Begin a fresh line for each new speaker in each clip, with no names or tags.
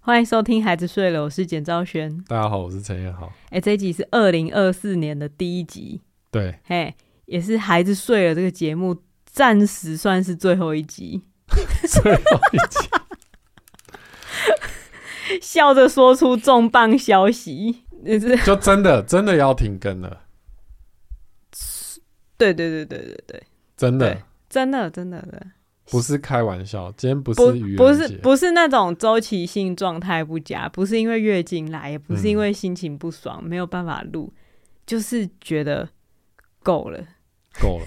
欢迎收听《孩子睡了》，我是简昭轩。
大家好，我是陈彦豪。
哎，这一集是二零二四年的第一集，
对，
嘿，也是《孩子睡了》这个节目暂时算是最后一集。
最后一集，
笑着说出重磅消息，也是
就真的真的要停更了，
对对对对对对，
真的
对真的真的的，
不是开玩笑。今天不
不
是愚
不
人
是
节，
不是那种周期性状态不佳，不是因为月经来，也不是
嗯
因为心情不爽、没有办法录，就是觉得够了。
够了，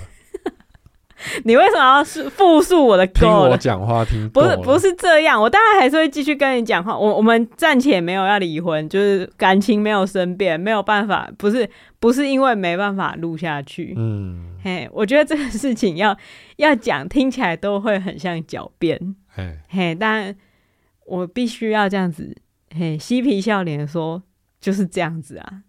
你为什么要是复述我的
听
够
我
了？
讲话听够
不是
了
不，是这样，我当然还是会继续跟你讲话。我我们暂且没有要离婚，就是感情没有生变，没有办法，不是不是因为没办法录下去。
嗯，
嘿，我觉得这个事情要要讲，听起来都会很像狡辩。
哎，
嘿，但我必须要这样子，嘿，嬉皮笑脸地说就是这样子啊。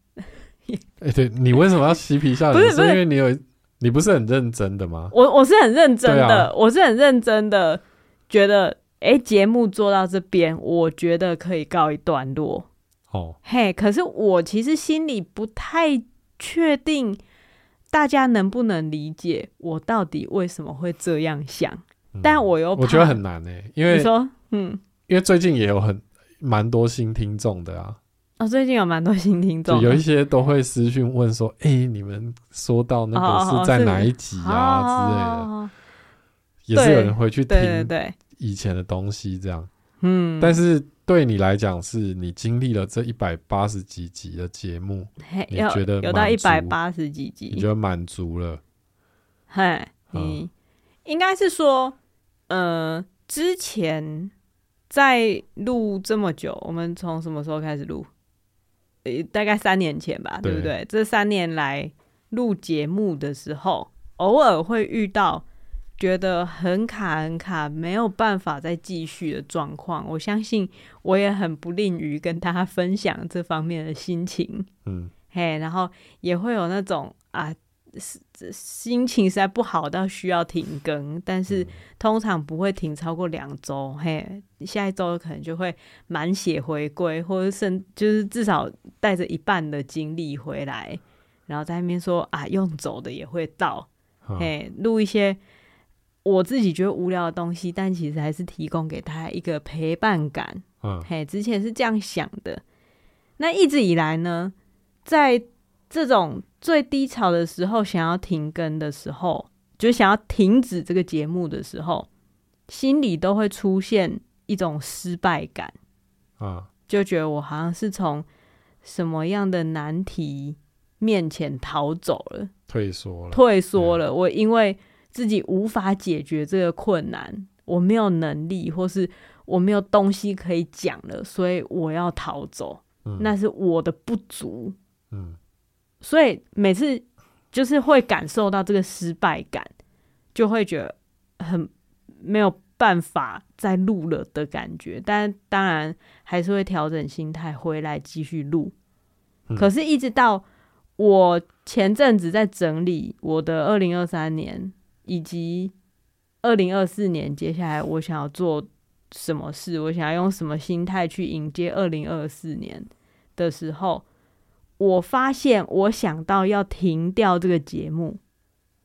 哎，对你为什么要嬉皮笑
不是
脸？
不是
因为你有你不是很认真的吗？
我我是很认真
对
的，
啊
我是很认真的，觉得诶，节目做到这边，我觉得可以告一段落。
哦，
嘿，可是我其实心里不太确定，大家能不能理解我到底为什么会这样想？
嗯
但我又
我觉
怕
得很难诶、因为
你说，嗯，
因为最近也有很蛮多新听众的啊，
哦，最近有蛮多新听
就
众的，
有一些都会私讯问说，哎、你们说到那
哦哦
个
哦
是在
是
哪一集啊之类的。
哦
也是有人回去
对对
听
对，
以前的东西这样。
嗯，
但是对你来讲，是你经历了这一百八十几集的节目，
嘿
你
有
觉得
有到
满
一
足
百八十几集，
你觉得满足了？
嗨，
嗯
你应该是说，呃，之前在录这么久，我们从什么时候开始录？呃，大概三年前吧，对
对
不对？这三年来录节目的时候，偶尔会遇到觉得很卡、很卡，没有办法再继续的状况。我相信我也很不吝于跟大家分享这方面的心情。
嗯，
嘿，然后也会有那种啊，是这心情实在不好到需要停更，但是通常不会停超过两周。嘿，下一周可能就会满血回归，或者甚就是至少带着一半的精力回来，然后在那边说啊，用走的也会到，
嗯
嘿，录一些我自己觉得无聊的东西，但其实还是提供给他一个陪伴感。
嗯
嘿，之前是这样想的。那一直以来呢，在这种最低潮的时候，想要停更的时候，就想要停止这个节目的时候，心里都会出现一种失败感，
嗯
就觉得我好像是从什么样的难题面前逃走了。
退缩了。嗯
退缩了。我因为自己无法解决这个困难，我没有能力，或是我没有东西可以讲了，所以我要逃走。
嗯
那是我的不足，
嗯
所以每次就是会感受到这个失败感，就会觉得很没有办法再录了的感觉。但当然还是会调整心态回来继续录。
嗯
可是，一直到我前阵子在整理我的二零二三年以及二零二四年，接下来我想要做什么事，我想要用什么心态去迎接二零二四年的时候，我发现我想到要停掉这个节目，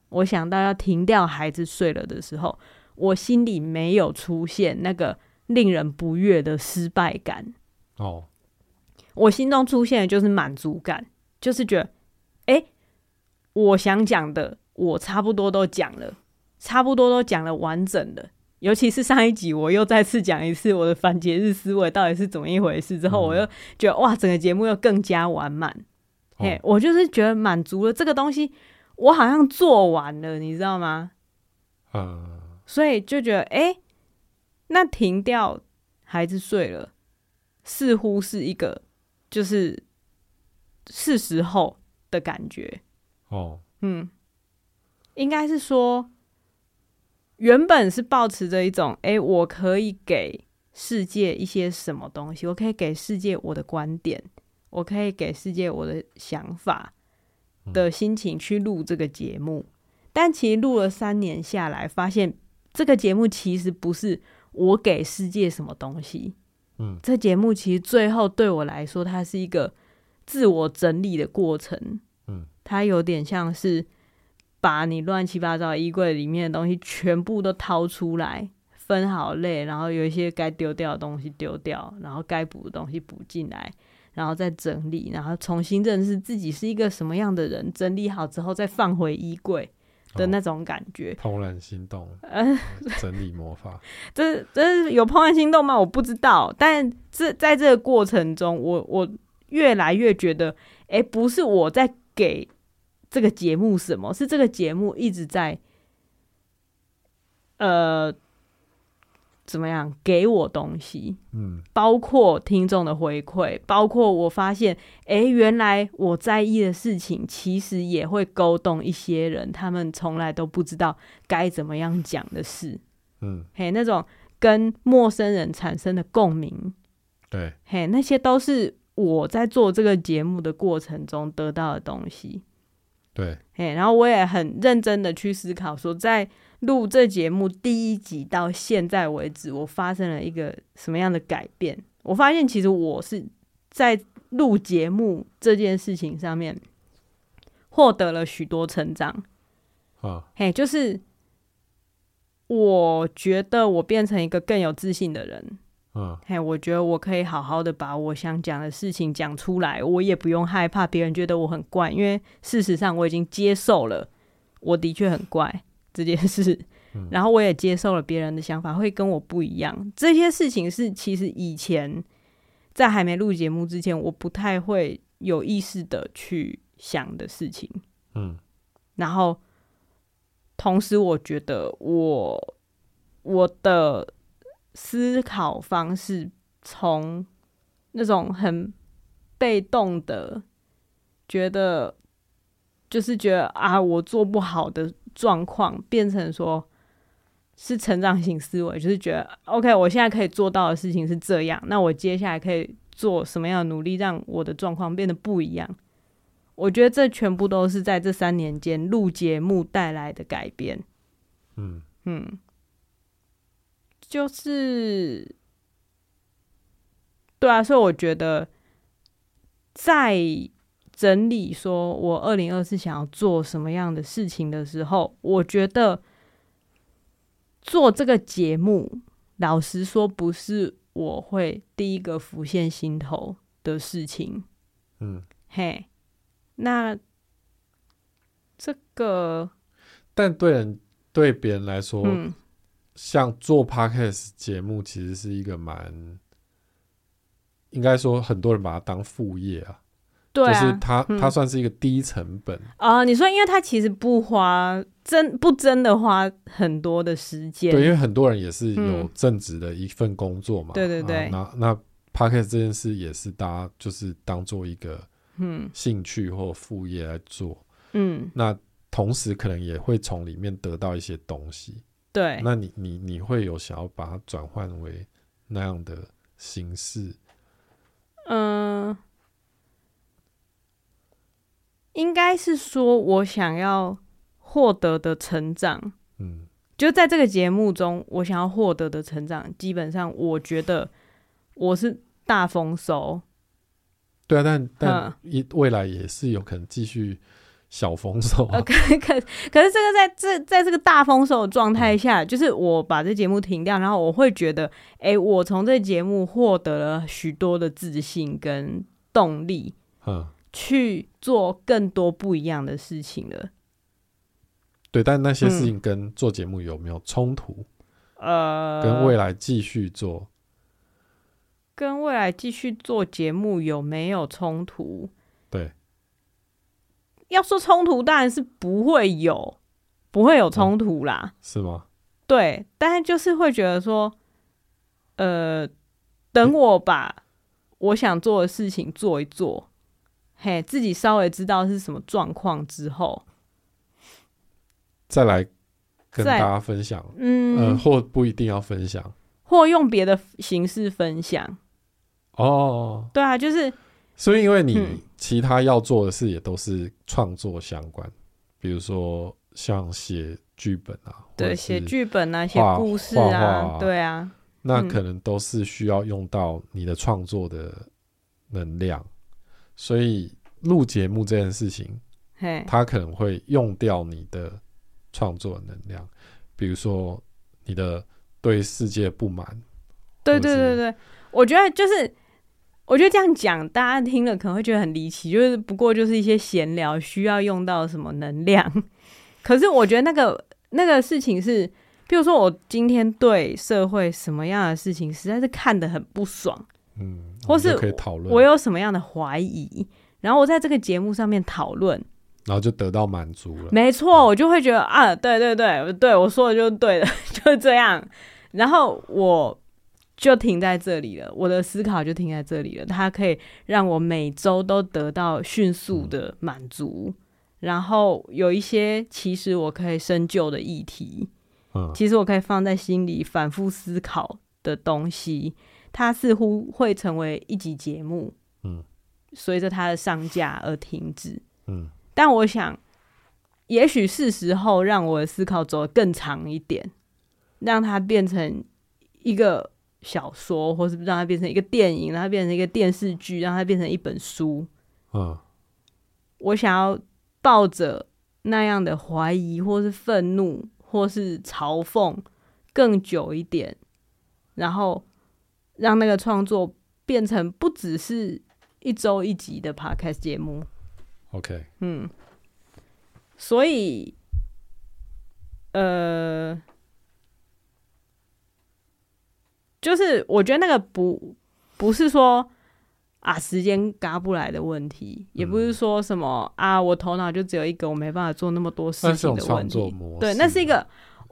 我想到要停掉孩子睡了的时候，我心里没有出现那个令人不悦的失败感。
哦，
我心中出现的就是满足感，就是觉得，哎、我想讲的，我差不多都讲了，差不多都讲了完整了。尤其是上一集，我又再次讲一次我的反节日思维到底是怎么一回事，之后
嗯
我又觉得哇，整个节目又更加完满。
哦
嘿，我就是觉得满足了这个东西，我好像做完了，你知道吗？
嗯，
所以就觉得，哎、那停掉孩子睡了，似乎是一个就是是时候的感觉。
哦，
嗯，应该是说，原本是抱持着一种，哎、我可以给世界一些什么东西，我可以给世界我的观点，我可以给世界我的想法的心情去录这个节目。但其实录了三年下来，发现这个节目其实不是我给世界什么东西，
嗯
这节目其实最后对我来说，它是一个自我整理的过程。
嗯，
它有点像是把你乱七八糟的衣柜里面的东西全部都掏出来，分好类，然后有一些该丢掉的东西丢掉，然后该补的东西补进来，然后再整理，然后重新认识自己是一个什么样的人。整理好之后再放回衣柜的那呃
哦
种感觉，
怦然心动，整理魔法，
这这是有怦然心动吗？我不知道，但这在这个过程中，我我越来越觉得，哎、不是我在给这个节目什么，是这个节目一直在，呃，怎么样给我东西，
嗯
包括听众的回馈，包括我发现，哎、原来我在意的事情，其实也会勾动一些人，他们从来都不知道该怎么样讲的事。
嗯，
嘿，那种跟陌生人产生的共鸣，
对，
嘿，那些都是我在做这个节目的过程中得到的东西。
对，
嘿，然后我也很认真的去思考说，在录这节目第一集到现在为止，我发生了一个什么样的改变？我发现其实我是在录节目这件事情上面获得了许多成长。
啊，
嘿，就是我觉得我变成一个更有自信的人。
嗯，
嘿，我觉得我可以好好的把我想讲的事情讲出来，我也不用害怕别人觉得我很怪，因为事实上我已经接受了我的确很怪这件事，
嗯
然后我也接受了别人的想法会跟我不一样。这些事情是其实以前在还没录节目之前，我不太会有意识的去想的事情。
嗯，
然后同时我觉得我我的思考方式从那种很被动的，觉得就是觉得啊我做不好的状况，变成说。是成长型思维，就是觉得 OK，我现在可以做到的事情是这样，那我接下来可以做什么样的努力，让我的状况变得不一样？我觉得这全部都是在这三年间录节目带来的改变。
嗯，
嗯，就是，对啊，所以我觉得在整理说我二零二四想要做什么样的事情的时候，我觉得做这个节目，老实说，不是我会第一个浮现心头的事情。
嗯，
嘿，那这个，
但对人对别人来说，
嗯，
像做 podcast 节目，其实是一个蛮，应该说很多人把它当副业啊，
对
就
啊，
是它、
嗯
它算是一个低成本，
啊、你说，因为他其实不花真不真的花很多的时间，
对，因为很多人也是有
嗯
正职的一份工作嘛，
对对对
啊那那 podcast 这件事也是大家就是当做一个
嗯
兴趣或副业来做，
嗯，
那同时可能也会从里面得到一些东西，
对，
那你你你会有想要把它转换为那样的形式，
嗯、应该是说我想要获得的成长，
嗯
就在这个节目中，我想要获得的成长，基本上我觉得我是大丰收，
对啊，但但
嗯
一未来也是有可能继续小丰收、啊。
呃，可 可可是这个在这在这个大丰收的状态下，就是我把这节目停掉，然后我会觉得，哎、我从这节目获得了许多的自信跟动力，
嗯，
去做更多不一样的事情了。
对，但
嗯
那些事情跟做节目有没有冲突？
呃，
跟未来继续做，
跟未来继续做节目有没有冲突？
对，
要说冲突，当然是不会有，不会有冲突啦。
是吗？
对，但是就是会觉得说，呃，等我把我想做的事情做一做，嘿，自己稍微知道是什么状况之后，
再来跟大
再
家分享，
嗯，
呃，或不一定要分享
或用别的形式分享。
哦。
对啊，就是
所以，因为你
嗯
其他要做的事也都是创作相关，比如说像写剧本啊，或
对
者
写
是
剧本啊，写
画
故事
画
啊，
画
对啊，
那
嗯
可能都是需要用到你的创作的能量，所以录节目这件事情，
嗯嘿，
它可能会用掉你的创作能量，比如说你的对世界不满，
对
或
对对
是
对，我觉得就是，我觉得这样讲，大家听了可能会觉得很离奇，就是不过就是一些闲聊需要用到什么能量。可是我觉得那个 那个事情是，比如说我今天对社会什么样的事情实在是看得很不爽，
嗯，
或
我们
是
就可以讨论，
我有什么样的怀疑，然后我在这个节目上面讨论，
然后就得到满足了。
没错，我就会觉得啊，对对对，对我说的就是对的， 就是这样。然后我就停在这里了，我的思考就停在这里了。它可以让我每周都得到迅速的满足，然后有一些其实我可以深究的议题，
嗯，
其实我可以放在心里反复思考的东西，它似乎会成为一集节目，
嗯，
随着它的上架而停止。
嗯，
但我想，也许是时候让我的思考走得更长一点，让它变成一个小说，或是让它变成一个电影，让它变成一个电视剧，让它变成一本书。
嗯，
我想要抱着那样的怀疑，或是愤怒，或是嘲讽更久一点，然后让那个创作变成不只是一周一集的 podcast 节目。
OK，
嗯，所以，呃，就是我觉得那个不不是说啊时间嘎不来的问题，也不是说什么啊我头脑就只有一个，我没办法做那么多事
那是
情的
种
问
创作
题。
模式，
对，那是一个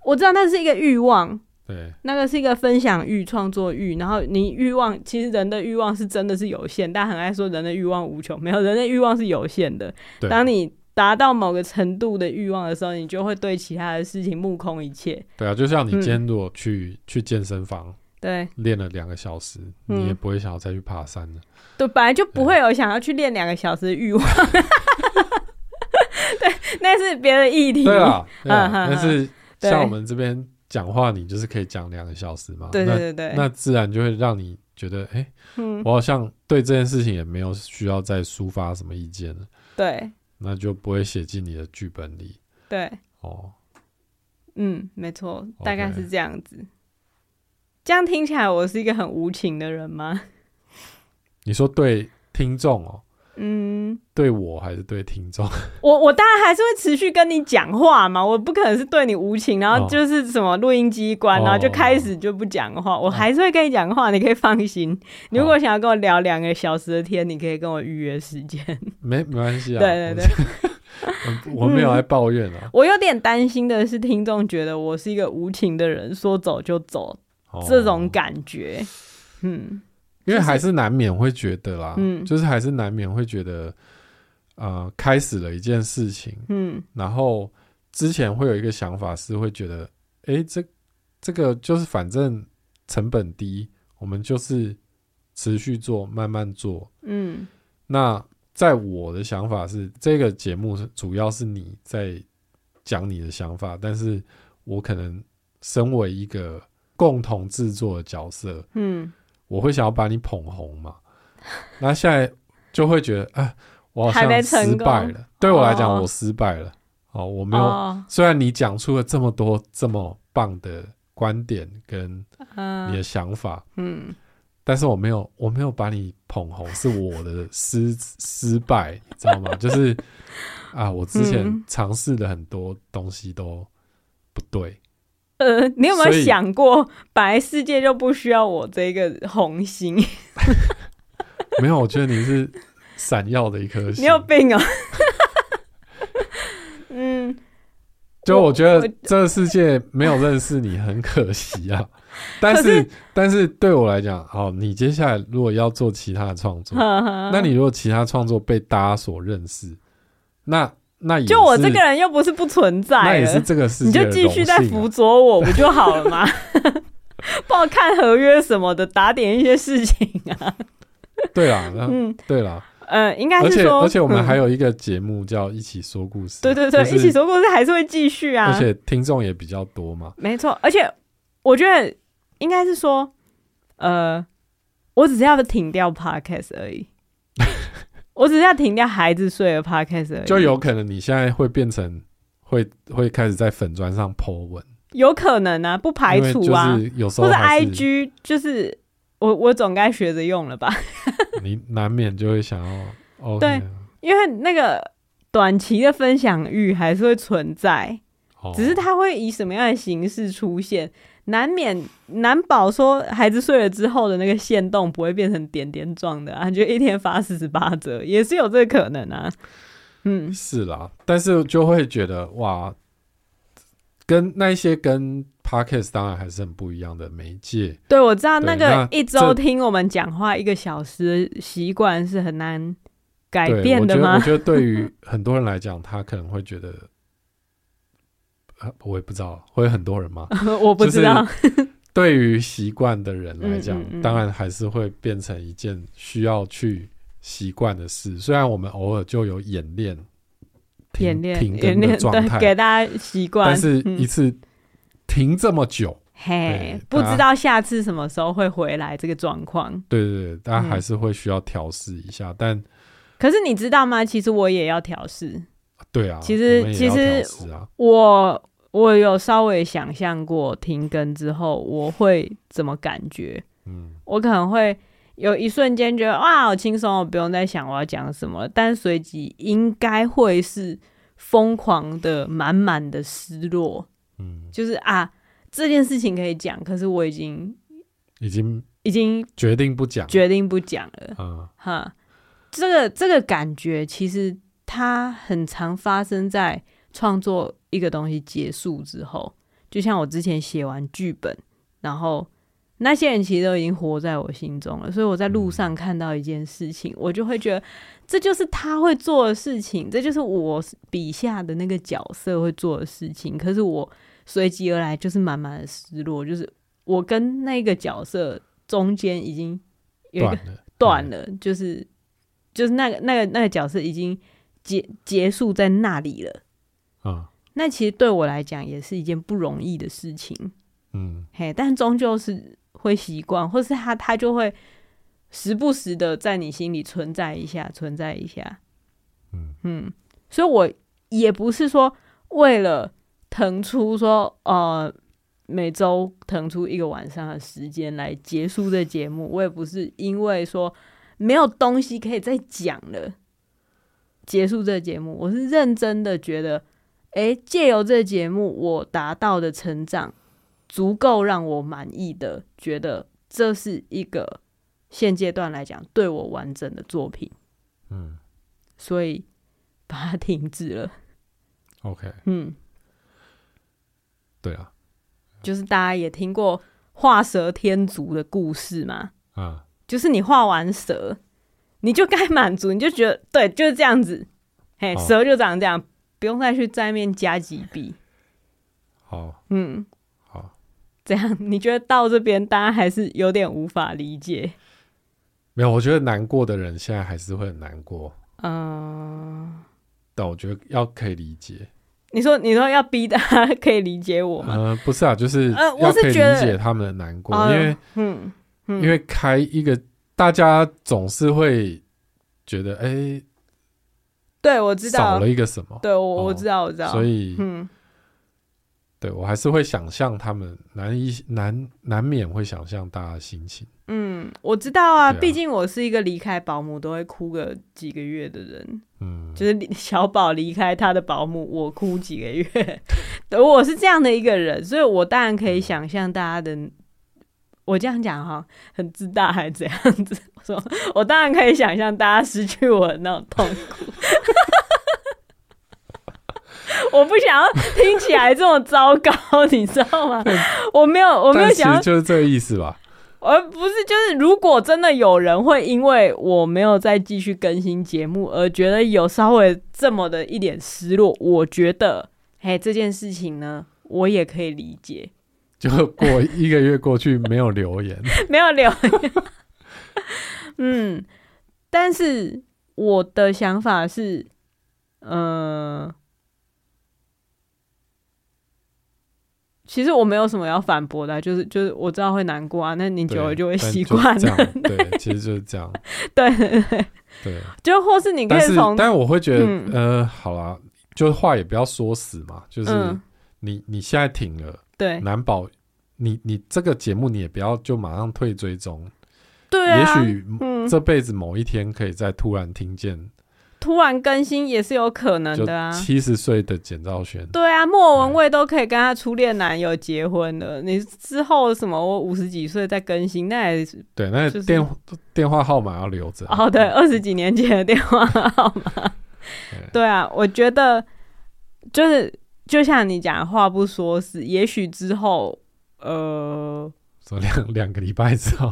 我知道那是一个欲望，
对，
那个是一个分享欲、创作欲，然后你欲望，其实人的欲望是真的是有限，大家很爱说人的欲望无穷，没有人的欲望是有限的。
对
当你达到某个程度的欲望的时候，你就会对其他的事情目空一切。
对啊，就像你
嗯
今天如果去、去健身房
对，
练了两个小时，
嗯
你也不会想要再去爬山 了。
对，本来就不会有想要去练两个小时的欲望。 对，那是别的议题。
对啊， 对啊
嗯嗯嗯
但是
对
像我们这边讲话，你就是可以讲两个小时嘛，
对对对对
那那自然就会让你觉得，哎、
嗯，
我好像对这件事情也没有需要再抒发什么意见了，
对
那就不会写进你的剧本里
对，
哦。
嗯，没错，
OK
大概是这样子。这样听起来，我是一个很无情的人吗？
你说对听众哦，
嗯。
对我还是对听众？
我我当然还是会持续跟你讲话嘛，我不可能是对你无情，然后
哦
就是什么录音机关，
哦
然后就开始就不讲话，我还是会跟你讲话，你可以放
哦
心。你如果想要跟我聊两个小时的天，你可以跟我预约时间。
没没关系啊，
对对对，
我，我没有来抱怨啊。
我有点担心的是，听众觉得我是一个无情的人，说走就走
哦
这种感觉。嗯，
因为还是难免会觉得啦，
嗯
就是还是难免会觉得，呃，开始了一件事情，
嗯，
然后之前会有一个想法是会觉得，诶，这这个就是反正成本低，我们就是持续做，慢慢做。
嗯，
那在我的想法是，这个节目是主要是你在讲你的想法，但是我可能身为一个共同制作的角色，
嗯，
我会想要把你捧红嘛， 那现在就会觉得，啊，我好
还没
像
成
失败
功
了。对我来讲，
哦
我失败了。哦，我没有。
哦，
虽然你讲出了这么多这么棒的观点跟你
嗯
的想法，
嗯，
但是我没有，我没有把你捧红，是我的失失败，你知道 吗？就是啊，我之前
嗯
尝试的很多东西都不对，
呃，你有没有
所以
想过，本来世界就不需要我这个红心？
没有，我觉得你是闪耀的一颗星。
你有病哦！ 嗯，
就我觉
我
得这个世界没有认识你很可 惜啊，但是但是对我来讲，好，你接下来如果要做其他的创作，
那
那你如果其他创作被大家所认识，那那也是
就我这个，人又不是不存
那
在
也
了，
是这个世
你
界
就
的
继续在
荣幸 啊
辅佐我不就好了 吗？帮我看合约什么的，打点一些事情啊。
对啦，那
嗯，
对啦，
呃，应该
而
是
且
说，
而且我们还
嗯、
有一个节目叫一起说故事，
对对对，
就是
一起，说故事还是会继续啊
而。且听众也比较多嘛，
没错，而且我觉得应该是说，呃，我只是要停掉 podcast 而 已，我只是要停掉孩子睡的 podcast 而已，
就有可能你现在会变成会会开始在粉砖上 po 文，
有可能啊，不排
因为
除啊，
就是有时
或
候
者
还是
IG 就是。我我总该学着用了吧，
你难免就会想要哦，
对，因为那个短期的分享欲还是会存在，
哦、
只是它会以什么样的形式出现，难免难保说孩子睡了之后的那个线动不会变成点点状的啊，就一天发四十八折，也是有这个可能啊。嗯，
是啦，但是就会觉得哇，跟那一些跟 podcast 当然还是很不一样的媒介，
对，我知道
对
那个
那
一
这
周听我们讲话一个小时的习惯是很难改
对，
变的
我
吗？
觉得，我觉得 对于很多人来讲，他可能会觉得，呃我也不知道，会很多人吗？
我不知道，
对于习惯的人来讲，
嗯嗯嗯
当然还是会变成一件需要去习惯的事。虽然我们偶尔就有演练、停
演练
停
演
更
练
的状
对，给
态，
大家习惯，
但是
嗯
一次停这么久，
嘿
对，
不
大家
知道下次什么时候会回来这个状况。
对对对，大家还是会需要调试一下。但
可是你知道吗？其实我也要调试。
对啊，
其实
我们也
其
要
实
调试啊，
我我有稍微想象过停更之后我会怎么感觉，
嗯，
我可能会有一瞬间觉得哇好轻松，我哦不用再想我要讲什么了，但随即应该会是疯狂的、满满的失落，
嗯，
就是啊这件事情可以讲，可是我已经
已经
已经
决定不讲，
决定不讲了，
嗯
哈，这个这个感觉其实它很常发生在创作一个东西结束之后，就像我之前写完剧本，然后那些人其实都已经活在我心中了，所以我在路上看到一件事情，我就会觉得这就是他会做的事情，这就是我笔下的那个角色会做的事情，可是我随即而来就是满满的失落，就是我跟那个角色中间已经有一个
断了，
断了，就是就是那个那个那个角色已经结结束在那里了。
嗯
那其实对我来讲也是一件不容易的事情，
嗯，
嘿，但终究是会习惯，或是他他就会时不时的在你心里存在一下，存在一下，
嗯
所以我也不是说为了腾出说呃每周腾出一个晚上的时间来结束这节目，我也不是因为说没有东西可以再讲了结束这节目，我是认真的觉得，诶，借由这节目我达到的成长，足够让我满意的，觉得这是一个现阶段来讲对我完整的作品，
嗯
所以把它停止了，
，OK，
嗯。
对啊，
就是大家也听过画蛇添足的故事嘛，
啊、
就是你画完蛇，你就该满足，你就觉得对，就是这样子，嘿，
哦
蛇就长这样，不用再去在面加几笔，
好
嗯，
好，
这样你觉得到这边大家还是有点无法理解，
没有，我觉得难过的人现在还是会很难过，
嗯、
但我觉得要可以理解，
你说你说要逼大家可以理解我吗？
呃，不是啊，就是
呃我
要
是
可以
觉得
理解他们的难过，
哦
因为
嗯嗯
因为开一个，大家总是会觉得，哎、
对，我知
少
道
了，一个什么，
对我、
哦
我知道我知道，
所以，
嗯
对我还是会想象他们难以难难免会想象大家的心情，
嗯，我知道啊，
对啊
毕竟我是一个离开保姆都会哭个几个月的人。
嗯，
就是离 小宝离开他的保姆，我哭几个月。对，我是这样的一个人，所以我当然可
嗯
以想象大家的。我这样讲哈，很自大还是怎样子？ 我说，我当然可以想象大家失去我的那种痛苦。 我不想要听起来这么糟糕，你知道 吗？我没有，我没有
但其
想要
实就是这个意思吧，
而不是，就是如果真的有人会因为我没有再继续更新节目而觉得有稍微这么的一点失落，我觉得，嘿，这件事情呢，我也可以理解。
就过一个月过去没有留言，
没有留言。嗯，但是我的想法是，呃，其实我没有什么要反驳的啊，就是就是我知道会难过啊，那你
对
久了 就会
但
习
就
惯
这
了
样。对，其实就是这样。
对对对，
对，
就或是你可
但
以
是
从
但我会觉得，
嗯
呃，好啦，就话也不要说死嘛，就是
嗯
你、你现在停了，
对
难保你你这个节目你也不要就马上退追踪，
对啊，
也许
嗯，
这辈子某一天可以再突然听见，
突然更新也是有可能
就
的啊。
七十岁的简兆轩，
对啊，莫文蔚都可以跟她初恋男友结婚
嗯
了，你之后什么我五十几岁再更新，那也是
对，那
就是
电、电话号码要留着。
哦，对，二十几年前的电话号码。对啊，我觉得就是就像你讲，话不说死，也许之后呃，
说两两个礼拜 之后，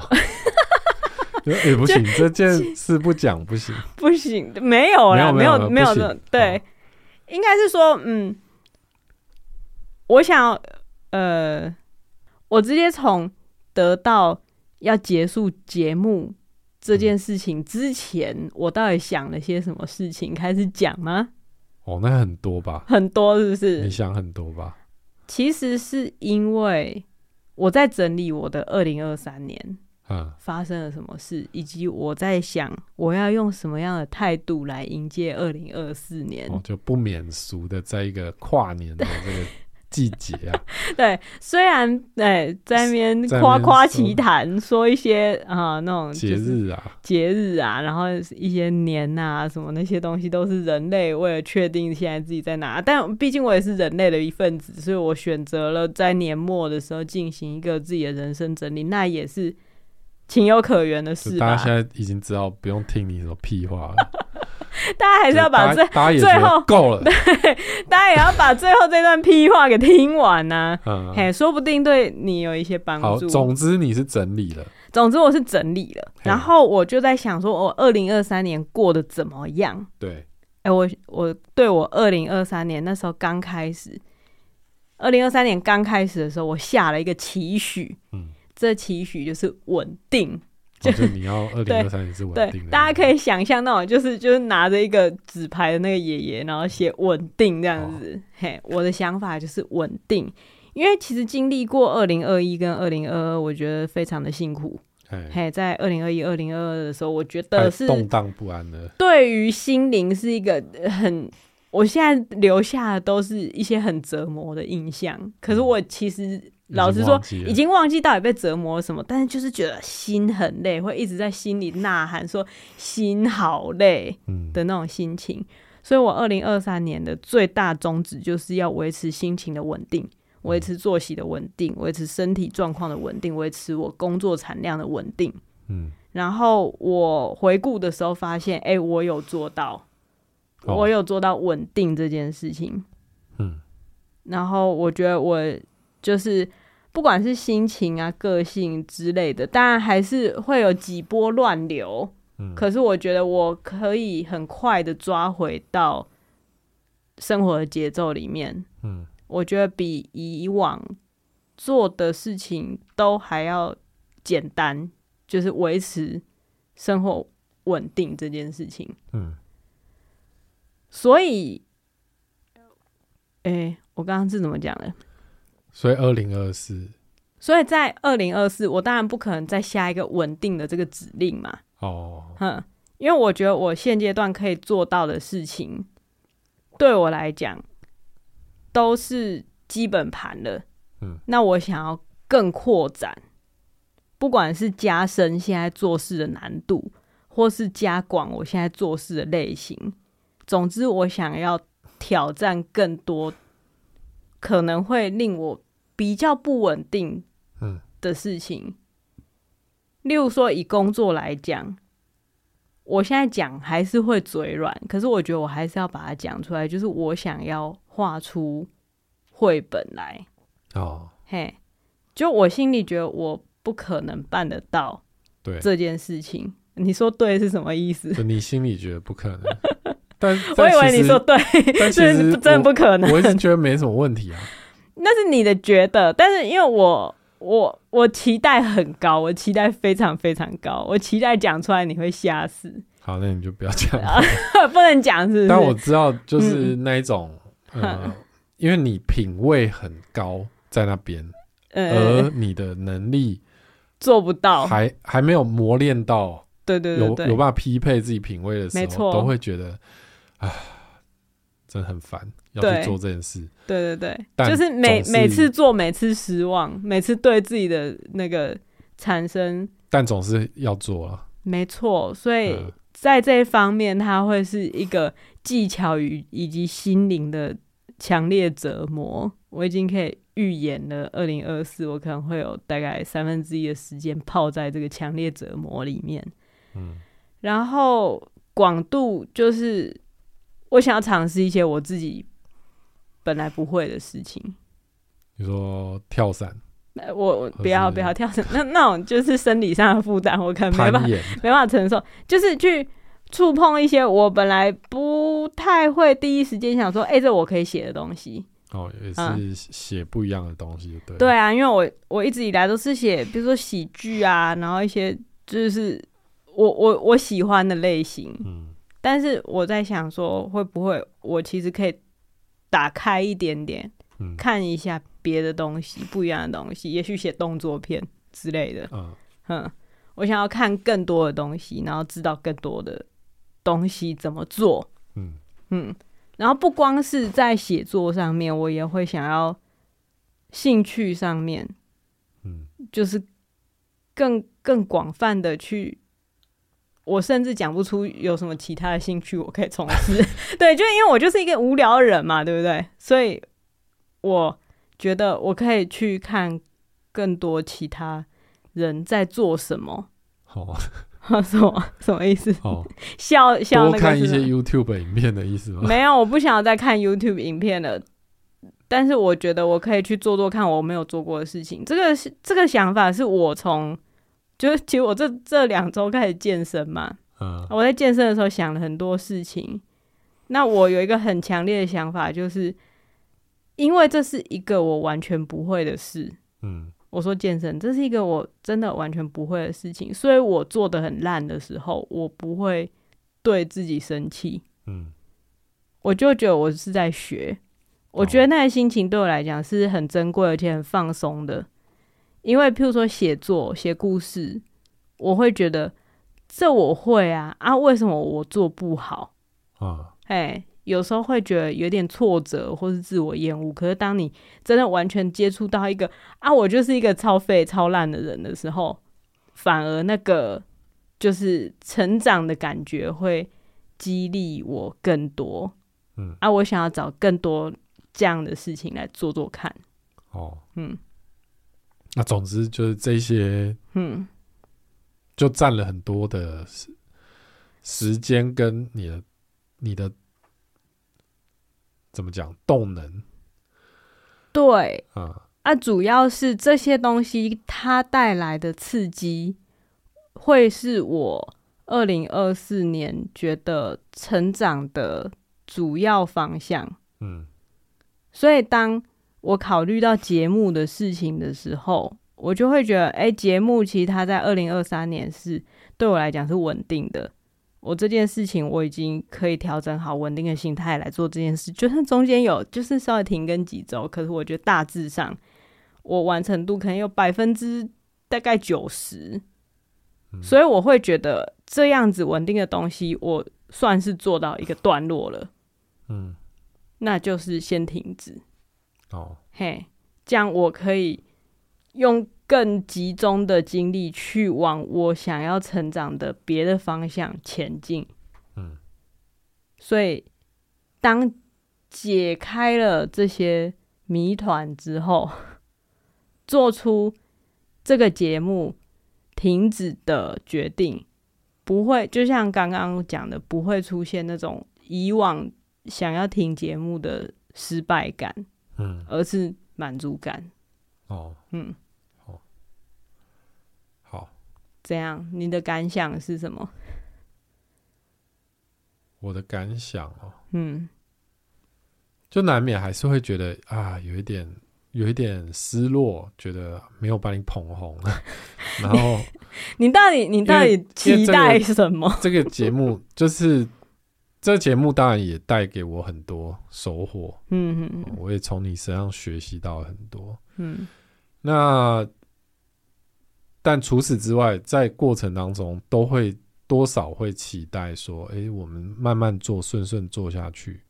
也、欸、不行，这件事不讲不行。
不行，没有啦，
没有
有没
没有不
这
行
对
好，
应该是说，嗯，我想，呃，我直接从得到要结束节目这件事情之前，我到底想了些什么事情开始讲吗？
哦，那很多吧？
很多是不
你
是？
想很多吧？
其实是因为我在整理我的二零二三年，
嗯，
发生了什么事，以及我在想我要用什么样的态度来迎接二零二四年。
哦，就不免俗的，在一个跨年的这个季节啊，
对，虽然哎、在那边
在那边
夸夸
说
其谈，说一些啊、那种
节
就是
日啊，
节日啊，然后一些年呐、什么那些东西，都是人类为了确定现在自己在哪。但毕竟我也是人类的一份子，所以我选择了在年末的时候进行一个自己的人生整理，那也是情有可原的
就
事
大
吧
家。现在已经知道不用听你什么屁话了，
大 家还是要把
就
这
大家大家也
最
觉得
后
够了，
大家也要把最后这段屁话给听完呐、
嗯，
嘿，说不定对你有一些帮
好，
助。
总之你是整理了，
总之我是整理了，
嘿
然后我就在想说，我二零二三年过得怎么样？
对，
哎、我我对我二零二三年那时候刚开始，二零二三年刚开始的时候，我下了一个期许，
嗯，
这期许就是稳定。
哦就你要二零二三年是稳
对
定的，，
大家可以想象那种，就是就是拿着一个纸牌的那个爷爷，然后写稳定这样
哦
子。嘿，我的想法就是稳定，因为其实经历过二零二一跟二零二二，我觉得非常的辛苦。
哎，
嘿，在二零二一、二零二二的时候，我觉
太
得是
动荡不安了，
对于心灵是一个呃很，我现在留下的都是一些很折磨的印象。可是我其实老实说
已，经忘记了
已经忘记到底被折磨了什么，但是就是觉得心很累，会一直在心里呐喊说心好累
嗯，
的那种心情。所以我二零二三年的最大宗旨就是要维持心情的稳定，维持作息的稳定，维持身体状况的稳定，维持我工作产量的稳定。
嗯，
然后我回顾的时候发现，哎、我有做到，
哦
我有做到稳定这件事情。
嗯，
然后我觉得我就是不管是心情啊、个性之类的，当然还是会有几波乱流。
嗯
可是我觉得我可以很快的抓回到生活的节奏里面。
嗯，
我觉得比以往做的事情都还要简单，就是维持生活稳定这件事情。
嗯，
所以，哎、我刚刚是怎么讲的？
所以二零二四
所以在二零二四，我当然不可能再下一个稳定的这个指令嘛，
哦，
哼，因为我觉得我现阶段可以做到的事情，对我来讲都是基本盘了。
嗯，
那我想要更扩展，不管是加深现在做事的难度，或是加广我现在做事的类型，总之我想要挑战更多，可能会令我比较不稳定
嗯
的事情。例如说，以工作来讲，我现在讲还是会嘴软，可是我觉得我还是要把它讲出来，就是我想要画出绘本来，
哦，
嘿，就我心里觉得我不可能办得到
对，
这件事情。你说对是什么意思？
就你心里觉得不可 能，但
我
但
以为
其
你
实
说对，
但其
这
实
是真的不可能。
我，我一直觉得没什么问题啊。
那是你的觉得，但是因为我我我期待很高，我期待非常非常高，我期待讲出来你会吓死，
好，那你就不要这样。
啊 不能讲是不是？嗯
但我知道，就是那一种，呃，因为你品味很高，在那边，
呃，
而你的能力
做不到，
还还没有磨练到
对对对
有有
对，
办法匹配自己品味的时
没
候，
错
都会觉得，唉，真的很烦，要去
对
做这件事。
对对对，
但
就是每
总是
每次做，每次失望，每次对自己的那个产生，
但总是要做啊。
没错，所以
嗯
在这一方面，它会是一个技巧与以及心灵的强烈折磨。我已经可以预言了，二零二四我可能会有大概三分之一的时间泡在这个强烈折磨里面。
嗯
然后广度就是我想要尝试一些我自己本来不会的事情。
你说跳伞、
那我我
或
不要
是
不要跳绳，那那种就是生理上的负担，我可能没
攀
办法
岩，
没办法承受，就是去触碰一些我本来不太会第一时间想说，哎、这我可以写的东西。
哦，也是
嗯
写不一样的东西，对。
对，啊，因为我我一直以来都是写，比如说喜剧啊，然后一些就是我我我喜欢的类型，
嗯，
但是我在想说，会不会我其实可以打开一点点，
嗯
看一下别的东西，不一样的东西，也许写动作片之类的。
嗯，
嗯，我想要看更多的东西，然后知道更多的东西怎么做。
嗯
嗯，然后不光是在写作上面，我也会想要兴趣上面，
嗯，
就是更更广泛的去。我甚至讲不出有什么其他的兴趣我可以从事， 对，就因为我就是一个无聊的人嘛，对不对？所以我觉得我可以去看更多其他人在做什么，
好、哦，
什么什么意思？
好、哦，
笑笑那
多
个
看
是
一些
吗
YouTube 影片的意思 吗？
没有，我不想要再看 YouTube 影片了。但是我觉得我可以去做做看我没有做过的事情。这个是这个想法是我从，就是其实我这这两周开始健身嘛，
嗯
我在健身的时候想了很多事情。那我有一个很强烈的想法，就是因为这是一个我完全不会的事。
嗯
我说健身，这是一个我真的完全不会的事情，所以我做的很烂的时候，我不会对自己生气。
嗯
我就觉得我是在学，我觉得那个心情对我来讲是很珍贵而且很放松的。因为譬如说写作、写故事，我会觉得这我会啊啊，为什么我做不好？
啊，
哎，有时候会觉得有点挫折或是自我厌恶。可是当你真的完全接触到一个啊，我就是一个超废、超烂的人的时候，反而那个就是成长的感觉会激励我更多。
嗯
啊，我想要找更多这样的事情来做做看。
哦，
嗯
那总之就是这些
嗯，
就占了很多的时时间跟你的你的怎么讲动能
对
啊，
啊，主要是这些东西它带来的刺激，会是我二零二四年觉得成长的主要方向。
嗯
所以，当我考虑到节目的事情的时候，我就会觉得，哎、节目其实它在二零二三年是对我来讲是稳定的。我这件事情我已经可以调整好稳定的心态来做这件事，就算中间有就是稍微停更几周，可是我觉得大致上我完成度可能有百分之大概九十，
嗯
所以我会觉得这样子稳定的东西，我算是做到一个段落了，
嗯
那就是先停止。
哦
嘿，这样我可以用更集中的精力去往我想要成长的别的方向前进。
嗯，
所以当解开了这些谜团之后，做出这个节目停止的决定，不会就像刚刚讲的，不会出现那种以往想要停节目的失败感。
嗯
而是满足感。
哦
嗯，
好，
这样你的感想是什么？
我的感想哦，
嗯，
就难免还是会觉得啊，有一点有一点失落，觉得没有把你捧红， 然后。
你到底你到底期待什么？
这个节目就是这节目当然也带给我很多收获，
嗯嗯
我也从你身上学习到很多。
嗯
那但除此之外，在过程当中都会多少会期待说，诶，我们慢慢做，顺顺做下去，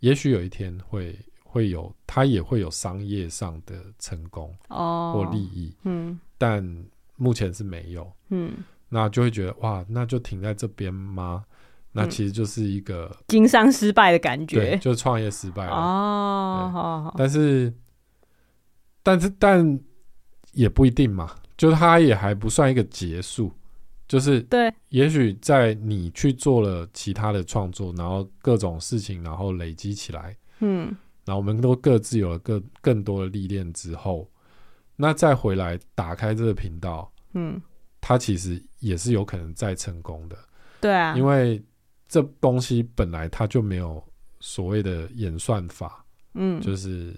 也许有一天会会有，它也会有商业上的成功
哦，
或利益，
嗯
但目前是没有。
嗯，
那就会觉得哇，那就停在这边吗？那
嗯
其实就是一个、
经商失败的感
对，
觉
就是创业失败了。
哦，好好，
但是，但是，但也不一定嘛，就是它也还不算一个结束，就是
对，
也许在你去做了其他的创作，然后各种事情，然后累积起来，
嗯
然后我们都各自有了更更多的历练之后，那再回来打开这个频道，
嗯，
它其实也是有可能再成功的，
对啊，
因为这东西本来它就没有所谓的演算法，
嗯
就是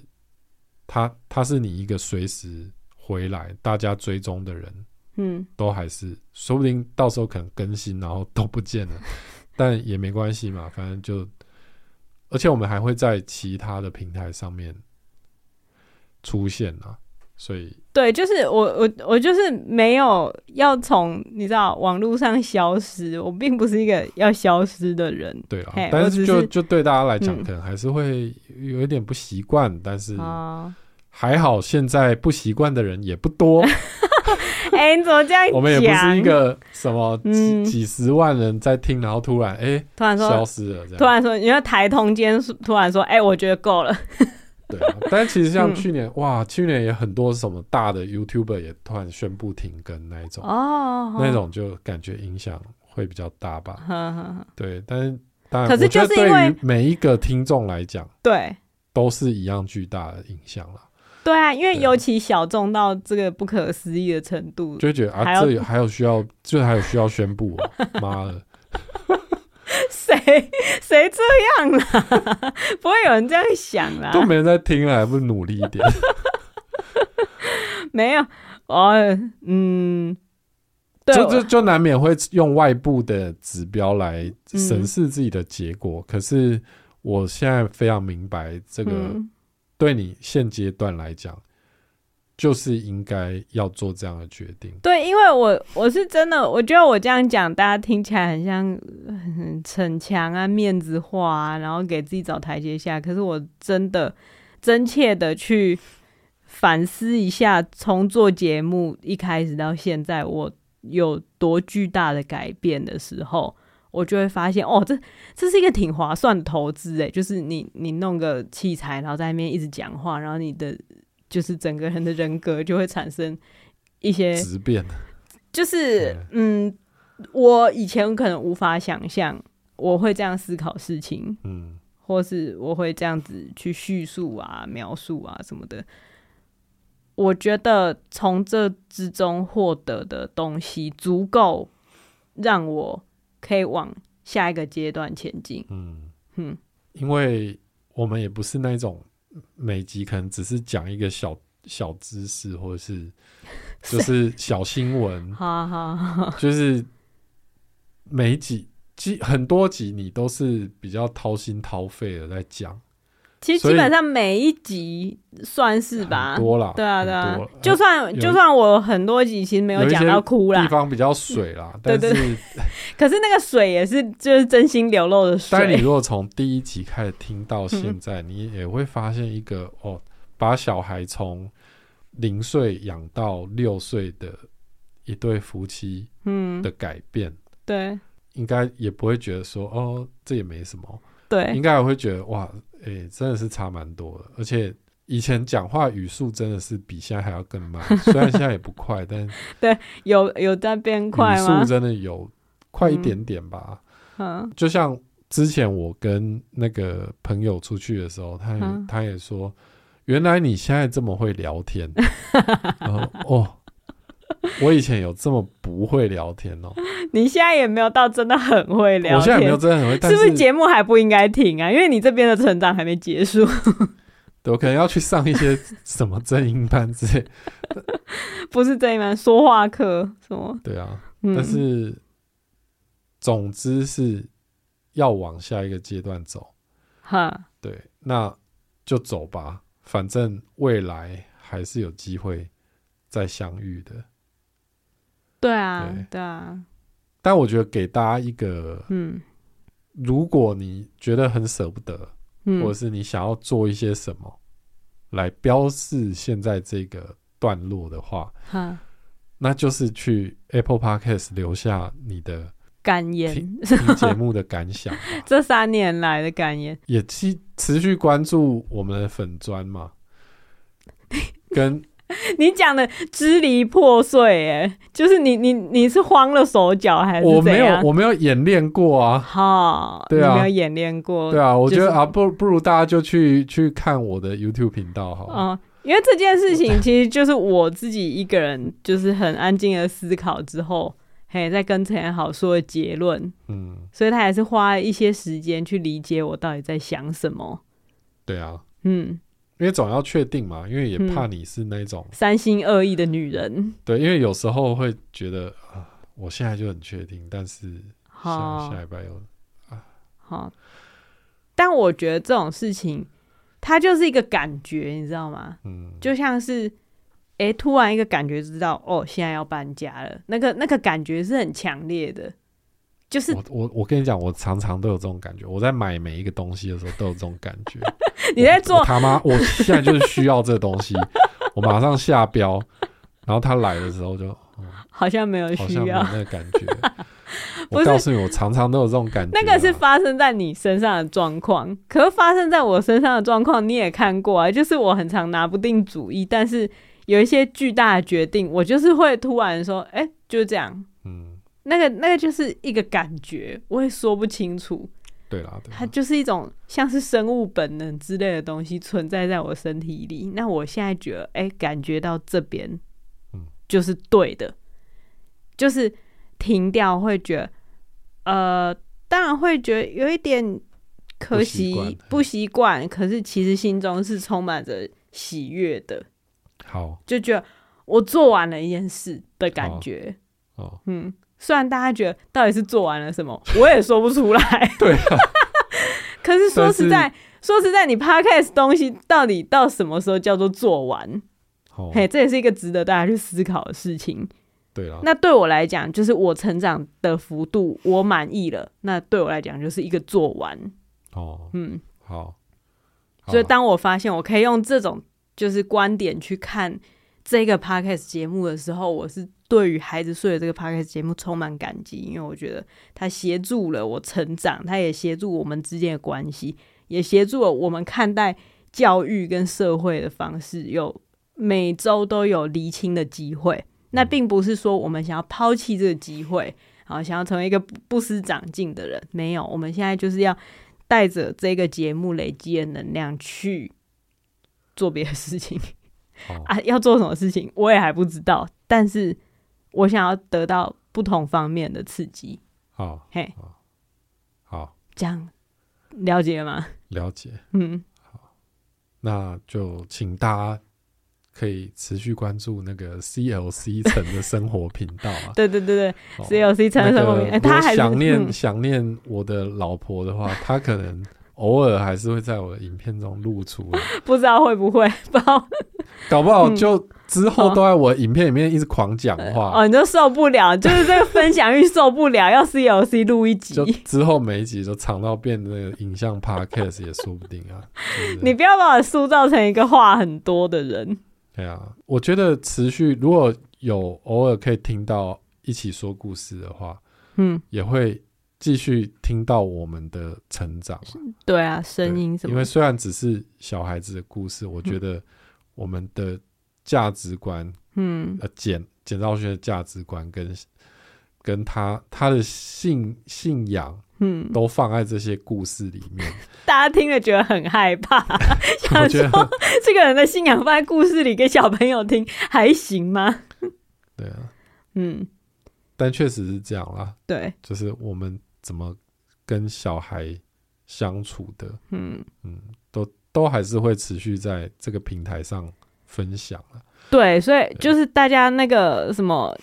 他他是你一个随时回来大家追踪的人，
嗯
都还是说不定到时候可能更新，然后都不见 了，但也没关系嘛，反正就，而且我们还会在其他的平台上面出现啊，所以
对，就是我我我就是没有要从你知道网络上消失，我并不是一个要消失的人
对啊
嘿，我
但
只
是就是就对大家来讲，
嗯
可能还是会有一点不习惯，但是
啊。
还好现在不习惯的人也不多。
哎、你怎么这样讲？
我们也不是一个什么几
嗯
几十万人在听，然后突然哎、诶
突然
消
说，
失了这样。
突然说，你要台通今天突然说，哎、我觉得够了。
对啊，但其实 像
嗯
去年、哇，去年也很多什么大的 YouTuber 也突然宣布停更那一种，
哦，
那种就感觉影响会比较大吧。
呵呵呵，
对，但是当然，
可是
我觉得
就是因
对
为
于每一个听众来讲，
对
都是一样巨大的影响啦。
对啊，因为
对啊
尤其小众到这个不可思议的程度，
就会觉得
还
啊，
要
这有还有需要，这还有需要宣布、 哦，妈的！
谁 谁这样啦？ 不会有人这样想啊啦。
都没人在听了，还不努力一点？
没有，哦，嗯，对，
就就
我
就难免会用外部的指标来审视自己的结果。
嗯
可是我现在非常明白，这个
嗯
对你现阶段来讲，就是应该要做这样的决定。
对，因为我我是真的，我觉得我这样讲，大家听起来很像呃很逞强啊、面子话啊，然后给自己找台阶下。可是我真的真切的去反思一下，从做节目一开始到现在，我有多巨大的改变的时候，我就会发现，哦，这这是一个挺划算的投资诶，就是你你弄个器材，然后在那边一直讲话，然后你的就是整个人的人格就会产生一些
质变，
就是嗯，我以前可能无法想象我会这样思考事情，
嗯，
或是我会这样子去叙述啊、描述啊什么的。我觉得从这之中获得的东西足够让我可以往下一个阶段前进。
嗯
嗯
因为我们也不是那种每集可能只是讲一个小小知识，或者是就是小新闻，
哈哈哈，
就是每一集几很多集你都是比较掏心掏肺的在讲，
其实
所以
基本上每一集算是吧
很，多啦，
对啊对
很
啊
多啦，
就算
有
就算我很多集其实没
有一
讲
些
到哭啦
地，方比较水啦，
对
但
嗯对
是
可是那个水也是就是真心流露的
但你
水，
如果从第一集开始听到现在，你也会发现一个哦，把小孩从零岁养到六岁的一对夫妻
嗯
的，改变。
对
应该也不会觉得说哦，这也没什么，应
对，
该也会觉得哇，诶、真的是差蛮多的，而且以前讲话语速真的是比现在还要更 慢，虽然现在也不快，但语
有有在变 快
速
吗？
真的有快一点点吧。
嗯
就像之前我跟那个朋友出去的时候，他也、
嗯
他也说，原来你现在这么会聊 天，然后哦。我以前有这么不会聊天哦，
你现在也没有到真的很会聊
我现在
天，
也没有真的很会，但
是不是节目还不应该停啊？因为你这边的成长还没结束，
对我可能要去上一些什么正音班之类，
不是这一门说话课什么？
对啊，
嗯，
但是总之是要往下一个阶段走，
哈，
对，那就走吧，反正未来还是有机会再相遇的。
对啊
对，
对啊，
但我觉得给大家一个，
嗯
如果你觉得很舍不得，
嗯
或者是你想要做一些什么来标示现在这个段落的话，
哈，
那就是去 Apple Podcast 留下你的
感言，
听节目的感想吧
这三年来的感言，
也持持续关注我们的粉砖 嘛，跟
你讲的支离破碎，哎，就是你你你是慌了手脚还是
我
怎
没有
样？
我没有演练过啊，
哈，
对啊
你没有演练过，
对啊，我觉
哦就
得
是
啊，不不如大家就去去看我的 YouTube 频道好了。
嗯，因为这件事情其实就是我自己一个人，就是很安静的思考之后，嘿，再跟陈彦豪说的结论，
嗯，
所以他还是花了一些时间去理解我到底在想什么。
对啊，
嗯，
因为总要确定嘛，因为也
嗯
怕你是那种、
三心二意的女人，
对，因为有时候会觉得啊，我现在就很确定，但是下
好
下礼拜又
好，但我觉得这种事情，它就是一个感觉，你知道吗？
嗯，
就像是，诶，突然一个感觉，知道哦，现在要搬家了，那个那个感觉是很强烈的，就是
我我我跟你讲，我常常都有这种感觉，我在买每一个东西的时候都有这种感觉。
你在
我
做
我他妈，我现在就是需要这东西， 我马上下标，然后他来的时候就
好像没有
好
需
像没 有
要。
那个感觉。
不
我
是
告诉你，我常常都有这种感觉啊、
那个是发生在你身上的状况，可是发生在我身上的状况你也看过啊，就是我很常拿不定主意，但是有一些巨大的决定，我就是会突然说，哎、就是这样。
嗯，
那个那个就是一个感觉，我也说不清楚，
对啦，对啦
它就是一种像是生物本能之类的东西存在在我身体里。那我现在觉得，哎、感觉到这边
嗯，
就是对的，就是停掉会觉得，呃，当然会觉得有一点可
不
惜
习惯，
不习惯，可是其实心中是充满着喜悦的，
好
就觉得我做完了一件事的感
好
觉。
哦，
嗯，虽然大家觉得到底是做完了什么，我也说不出来。
对啊，
可是说
但
实
是
在，说实在，你 podcast 东西到底到什么时候叫做做完？
好，
嘿，这也是一个值得大家去思考的事情。
哦对啦，
那对我来讲，就是我成长的幅度，我满意了。那对我来讲，就是一个做完。
哦，
嗯，
好，好
所以
啦
当我发现我可以用这种就是观点去看这个 podcast 节目的时候，我是对于孩子睡的这个 podcast 节目充满感激，因为我觉得它协助了我成长，它也协助我们之间的关系，也协助了我们看待教育跟社会的方式，有每周都有厘清的机会。那并不是说我们想要抛弃这个机会，好想要成为一个不不思长进的人，没有，我们现在就是要带着这个节目累积的能量去做别的事情
好
啊。要做什么事情，我也还不知道，但是我想要得到不同方面的刺激。
好
嘿，
好
这样了解吗？
了解，
嗯，，
那就请大家。可以持续关注那个 CLC 城的生活频道啊
对对对
哦
对，只有 C
那
陈
个
生活名，哎，
如果
他还是
想念、
嗯
想念我的老婆的话，她可能偶尔还是会在我的影片中露出来，
不知道会不会，不知道
搞不好
嗯
就之后都在我影片里面一直狂讲话，
哦，你就受不 了，就是这个分享欲受不了，要 E CLC 录一集
就。之后每一集都藏到变那个影像 podcast 也说不定 啊。就是
你不要把我塑造成一个话很多的人。
对啊，我觉得持续如果有偶尔可以听到一起说故事的话，
嗯，
也会继续听到我们的成长啊。
对啊，声
对
音什
因
么
为？虽然只是小孩子的故事，我觉得我们的价值观，
嗯
呃，简简兆轩的价值观跟跟他他的信信仰
嗯，
都放在这些故事里 面，
大家听了觉得很害 怕，
我
想
觉
说
得
这个人的信仰放在故事里给小朋友听还行吗？
对啊，
嗯，
但确实是这样啦，
对，
就是我们怎么跟小孩相处的，
嗯，
嗯，都都还是会持续在这个平台上分享啊。
对，所以就是大家那个什么。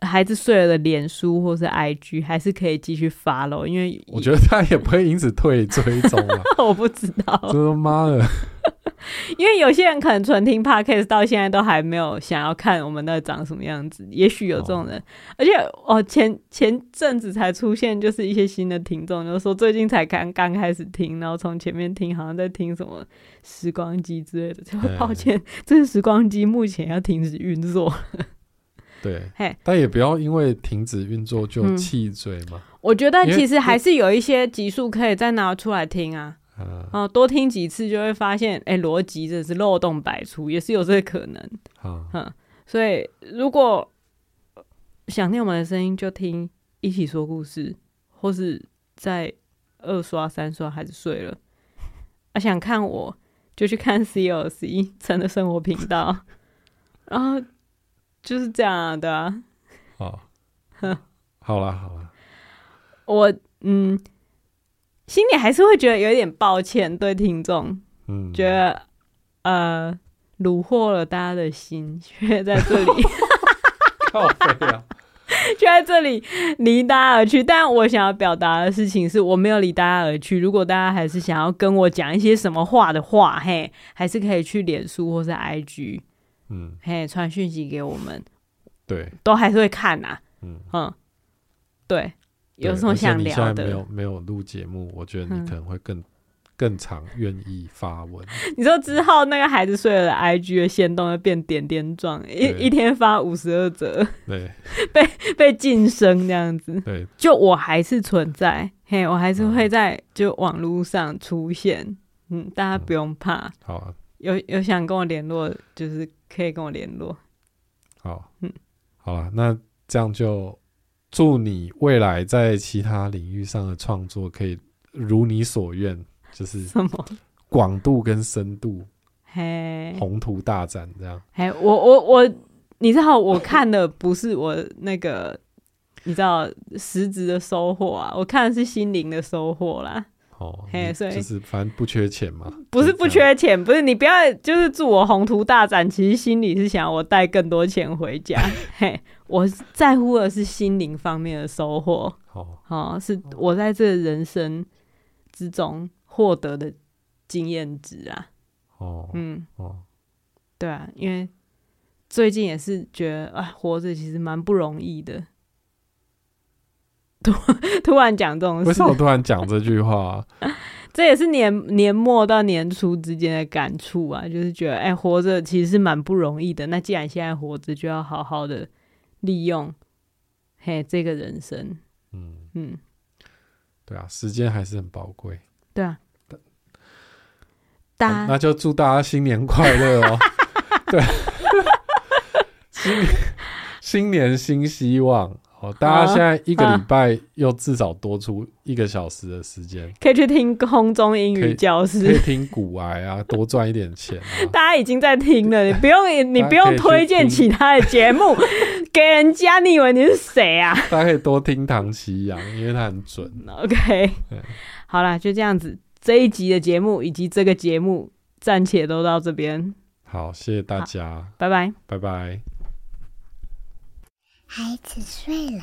孩子睡了的脸书或是 IG 还是可以继续发喽，因为
我觉得他也不会因此退追踪啊，
我不知
这
道，
他妈的，
因为有些人可能纯听 podcast 到现在都还没有想要看我们那长什么样子，也许有这种人。而且哦，前前阵子才出现，就是一些新的听众，就是说最近才刚刚开始听，然后从前面听好像在听什么时光机之类的，就
嗯
抱歉，这是时光机目前要停止运作。
对
嘿，
但也不要因为停止运作就
嗯
弃追嘛，
我觉得
因为
其实还是有一些集数可以再拿出来听啊。
嗯，
哦，多听几次就会发现，哎、逻辑真的是漏洞百出，也是有这个可能。
好，
所以，如果呃想念我们的声音，就听一起说故事，或是在二刷、三刷还是睡了。啊，想看我就去看 CLC 陈的生活频道， 然后就是这样啊，对啊。
好，好啦，好啦，
我嗯，心里还是会觉得有一点抱歉，对听众，
嗯，
觉得呃虏获了大家的心， 却在这里，
靠背啊，
却在这里离大家而去。但我想要表达的事情是我没有离大家而去。如果大家还是想要跟我讲一些什么话的话，嘿，还是可以去脸书或是 IG，
嗯，
嘿，传讯息给我们，
对，
都还是会看呐、
嗯，
嗯，对，
对
有什么
而且
想
你
聊
现在
的
没有？没有录节目，我觉得
嗯
你可能会更更常愿意发文，
你说之后那个孩子睡了的 IG 的线动就变点点状，一
对
一天发五十二折，
对
被晋升这样子。
对，
就我还是存在，嘿，我还是会在就网络上出现，嗯，大家不用怕，
好啊，
有有想跟我联络，就是可以跟我联络，
好，啊
嗯，
好啦，那这样就祝你未来在其他领域上的创作可以如你所愿，就是
什么，
广度跟深度
嘿，
宏图大展这样。
嘿，我我我，你知道我看的不是我那个，你知道实质的收获啊，我看的是心灵的收获啦，
哦，
嘿
你
所以
就是反正不缺钱嘛，
不是
就
不
这样，
缺钱，不是你不要就是祝我宏图大展，其实心里是想我带更多钱回家，嘿，我在乎的是心灵方面的收获。
好，
哦，是我在这人生之中获得的经验值啊。
哦，
嗯，
哦，
对啊，因为最近也是觉得啊，活着其实蛮不容易的。突 突然讲这种
为
事
什，么突然讲这句话啊？
这也是年年末到年初之间的感触啊，就是觉得哎、活着其实是蛮不容易的。那既然现在活着，就要好好的利用嘿这个人生。
嗯，
嗯，
对啊，时间还是很宝贵。
对啊，
好那就祝大家新年快乐 哦！对，新年新年新希望。哦，大家现在一个礼拜又至少多出一个小时的时间，
可以去听空中英语教
可以
室，
听古癌 啊，多赚一点钱啊。
大家已经在听了，你不用你
大家可以
不用推荐
去
其
听
他的节目给人家，你以为你是谁啊
大家可以多听唐奇阳，因为他很准。
？OK，
对
好啦，就这样子，这一集的节目以及这个节目暂且都到这边，
好，谢谢大家，
拜拜。
拜拜。
孩子睡了，